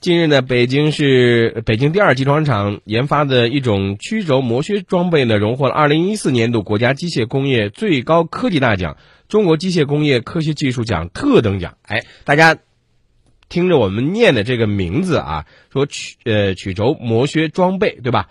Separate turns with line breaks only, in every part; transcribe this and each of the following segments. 近日呢，北京市呃北京第二集装厂研发的一种曲轴磨削装备呢，荣获了2014年度国家机械工业最高科技大奖——中国机械工业科学技术奖特等奖。哎，大家听着我们念的这个名字啊，说曲呃曲轴磨削装备，对吧？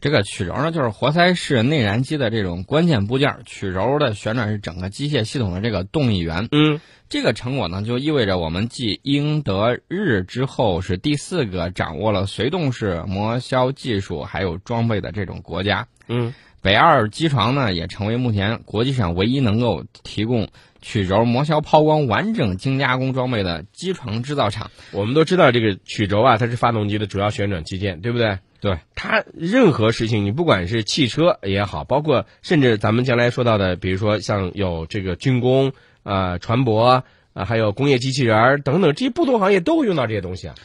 这个曲轴呢，就是活塞式内燃机的这种关键部件。曲轴的旋转是整个机械系统的这个动力源。
嗯，
这个成果呢，就意味着我们继英、德、日之后，是第四个掌握了随动式磨削技术还有装备的这种国家。
嗯，
北二机床呢，也成为目前国际上唯一能够提供曲轴磨削抛光完整精加工装备的机床制造厂。
我们都知道这个曲轴啊，它是发动机的主要旋转器件，对不对？
对，
它任何事情，你不管是汽车也好，包括甚至咱们将来说到的，比如说像有这个军工、呃船舶啊、呃还有工业机器人儿等等，这些不同行业都会用到这些东西啊。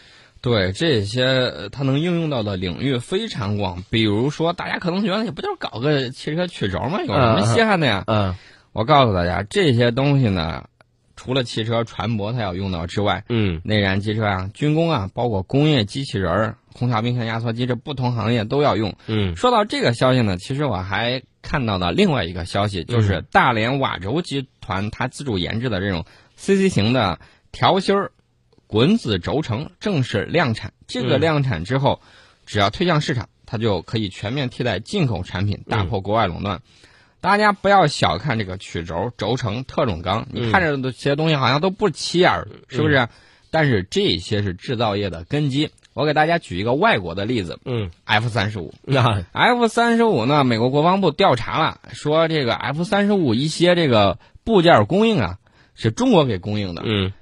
对这些呃它能应用到的领域非常广，比如说大家可能觉得也不就是搞个汽车曲轴吗？有什么稀罕的呀？
嗯
我告诉大家，这些东西呢，除了汽车、船舶它要用到之外，
嗯，
内燃机车啊、军工啊，包括工业机器人儿、空调、冰箱、压缩机，这不同行业都要用。
嗯
说到这个消息呢，其实我还看到了另外一个消息，
嗯
就是大连瓦轴集团它自主研制的这种 CC 型的条芯儿滚子轴承正式量产。这
嗯
个量产之后，只要推向市场，它就可以全面替代进口产品，打破国外垄断。大家不要小看这个曲轴、轴承、特种钢，
嗯
你看着这些东西好像都不起眼儿，是不是？但是这些是制造业的根基。我给大家举一个外国的例子
嗯，
，F 三十五。
那
F 三十五呢，美国国防部调查了，说这个 F 三十五一些这个部件供应啊，是中国给供应的。
嗯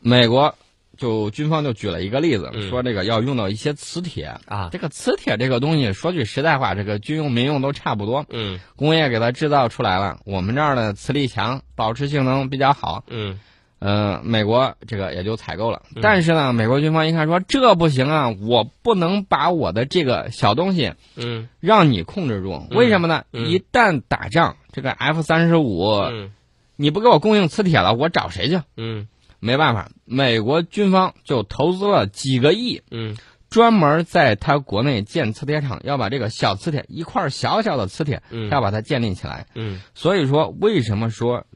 美国就军方就举了一个例子，
嗯
说这个要用到一些磁铁。
啊
这个磁铁这个东西，说句实在话，这个军用民用都差不多，
嗯
工业给它制造出来了。我们这儿的磁力强，保持性能比较好，
嗯
呃，美国这个也就采购了。但是呢，美国军方一看说这不行啊，我不能把我的这个小东西。
嗯
让你控制住。为什么呢？
嗯
一旦打仗，这个 F 三十五
嗯
你不给我供应磁铁了，我找谁去？
嗯
没办法，美国军方就投资了几个亿，
嗯
专门在他国内建磁铁厂，要把这个小磁铁一块小小的磁铁，
嗯
要把它建立起来。
嗯
所以说，为什么说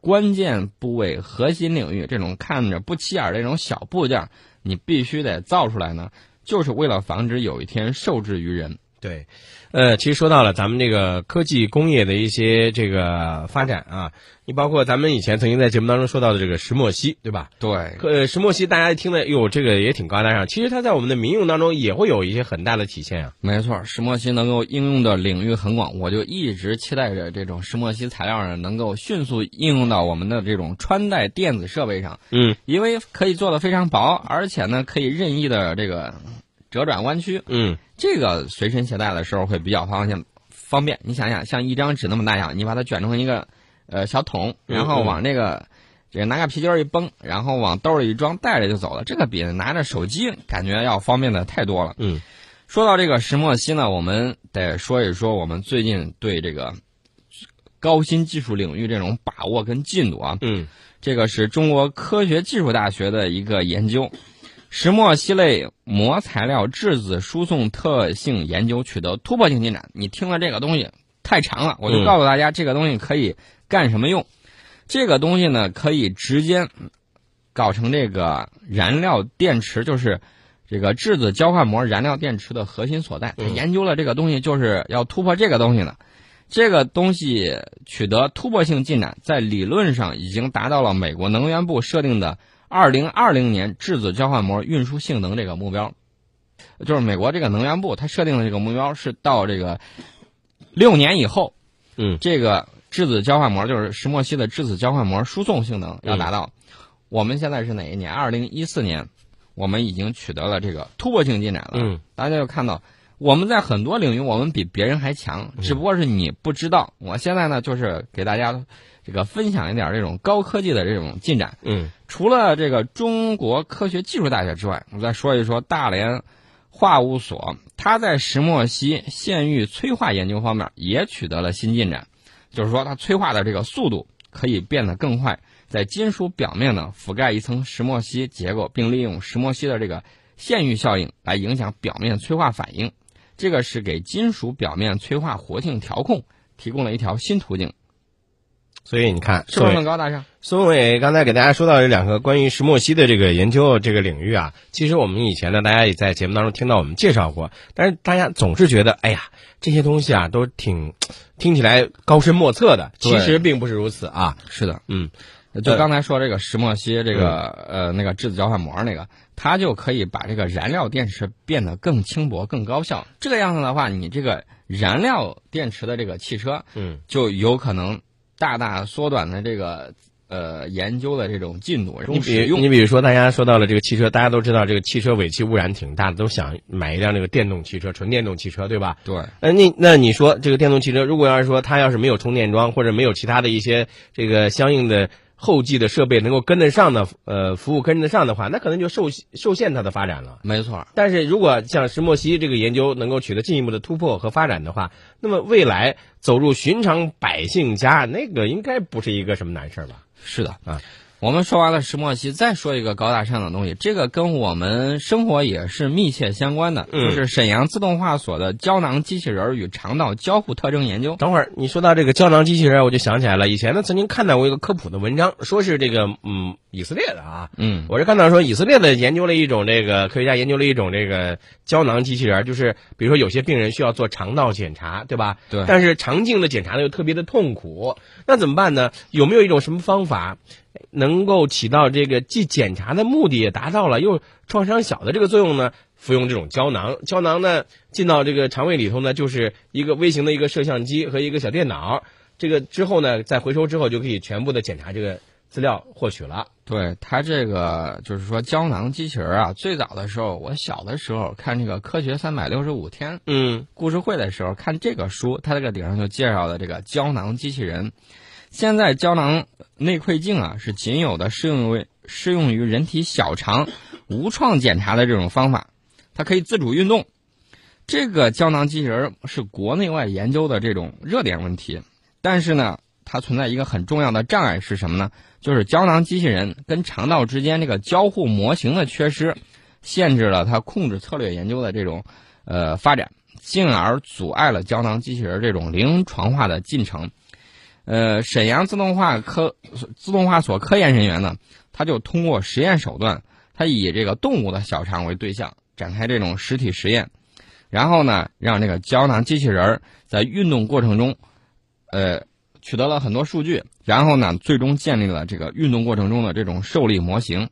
关键部位、核心领域这种看着不起眼儿这种小部件，你必须得造出来呢？就是为了防止有一天受制于人。
对，呃，其实说到了咱们这个科技工业的一些这个发展啊，你包括咱们以前曾经在节目当中说到的这个石墨烯，对吧？
对，
呃，石墨烯大家一听的，哟，这个也挺高大上。其实它在我们的民用当中也会有一些很大的体现啊。
没错，石墨烯能够应用的领域很广，我就一直期待着这种石墨烯材料呢能够迅速应用到我们的这种穿戴电子设备上，
嗯
因为可以做的非常薄，而且呢可以任意的这个折转弯曲，
嗯
这个随身携带的时候会比较方便方便。你想想，像一张纸那么大小，你把它卷成一个呃小桶，
嗯
然后往这个这个拿个皮筋儿一绷，然后往兜里一装，带着就走了，这个比拿着手机感觉要方便的太多了。
嗯
说到这个石墨烯呢，我们得说一说我们最近对这个高新技术领域这种把握跟进度啊。
嗯
这个是中国科学技术大学的一个研究，石墨烯类膜材料质子输送特性研究取得突破性进展。你听了这个东西太长了，我就
嗯
告诉大家这个东西可以干什么用。这个东西呢，可以直接搞成这个燃料电池，就是这个质子交换膜燃料电池的核心所在。他
嗯
研究了这个东西，就是要突破这个东西呢。这个东西取得突破性进展，在理论上已经达到了美国能源部设定的二零二零年质子交换膜运输性能这个目标。就是美国这个能源部它设定的这个目标是到这个六年以后，
嗯
这个质子交换膜就是石墨烯的质子交换膜输送性能要达到。我们现在是哪一年？二零一四年，我们已经取得了这个突破性进展了。
嗯
大家就看到，我们在很多领域我们比别人还强，只不过是你不知道。我现在呢，就是给大家这个分享一点这种高科技的这种进展。
嗯
除了这个中国科学技术大学之外，我再说一说大连化物所，它在石墨烯线域催化研究方面也取得了新进展，就是说它催化的这个速度可以变得更快，在金属表面呢覆盖一层石墨烯结构，并利用石墨烯的这个线域效应来影响表面催化反应。这个是给金属表面催化活性调控提供了一条新途径，
所以你看，
是不是
宋
更高大上？
孙伟刚才给大家说到这两个关于石墨烯的这个研究这个领域啊，其实我们以前呢，大家也在节目当中听到我们介绍过，但是大家总是觉得，哎呀，这些东西啊都挺听起来高深莫测的，
对
其实并不是如此啊。
是的，
嗯，
就
对
刚才说这个石墨烯，这个呃那个质子交换膜那个，它就可以把这个燃料电池变得更轻薄、更高效。这个样子的话，你这个燃料电池的这个汽车，
嗯，
就有可能大大缩短了这个呃研究的这种进度，
你
用使
比
用。
你比如说，大家说到了这个汽车，大家都知道这个汽车尾气污染挺大的，都想买一辆这个电动汽车，纯电动汽车，对吧？
对，
呃那你那你说这个电动汽车，如果要是说它要是没有充电桩或者没有其他的一些这个相应的后继的设备能够跟得上的呃服务跟得上的话，那可能就受受限它的发展了。
没错，
但是如果像石墨烯这个研究能够取得进一步的突破和发展的话，那么未来走入寻常百姓家，那个应该不是一个什么难事儿吧？
是的
啊。
我们说完了石墨烯，再说一个高大上的东西，这个跟我们生活也是密切相关的，
嗯
就是沈阳自动化所的胶囊机器人儿与肠道交互特征研究。
等会儿你说到这个胶囊机器人，我就想起来了，以前呢曾经看到过一个科普的文章，说是这个嗯以色列的啊，
嗯，
我是看到说，以色列的研究了一种这个科学家研究了一种这个胶囊机器人儿，就是比如说有些病人需要做肠道检查，对吧？
对
但是肠镜的检查呢又特别的痛苦，那怎么办呢？有没有一种什么方法，能够起到这个既检查的目的也达到了，又创伤小的这个作用呢？服用这种胶囊，胶囊呢进到这个肠胃里头呢，就是一个微型的一个摄像机和一个小电脑，这个之后呢，在回收之后就可以全部的检查这个资料获取了。
对它这个就是说胶囊机器人儿啊，最早的时候，我小的时候看这个《科学三百六十五天》
嗯。
故事会的时候看这个书，它这个顶上就介绍了这个胶囊机器人。现在胶囊内窥镜啊是仅有的适用于适用于人体小肠无创检查的这种方法，它可以自主运动。这个胶囊机器人是国内外研究的这种热点问题，但是呢，它存在一个很重要的障碍是什么呢？就是胶囊机器人跟肠道之间这个交互模型的缺失，限制了它控制策略研究的这种呃发展。进而阻碍了胶囊机器人这种临床化的进程。呃，沈阳自动化科自动化所科研人员呢，他就通过实验手段，他以这个动物的小肠为对象，展开这种实体实验，然后呢，让这个胶囊机器人儿在运动过程中，呃，取得了很多数据，然后呢，最终建立了这个运动过程中的这种受力模型。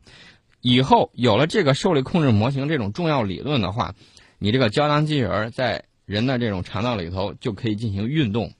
以后有了这个受力控制模型这种重要理论的话，你这个胶囊机器人儿在人的这种肠道里头就可以进行运动，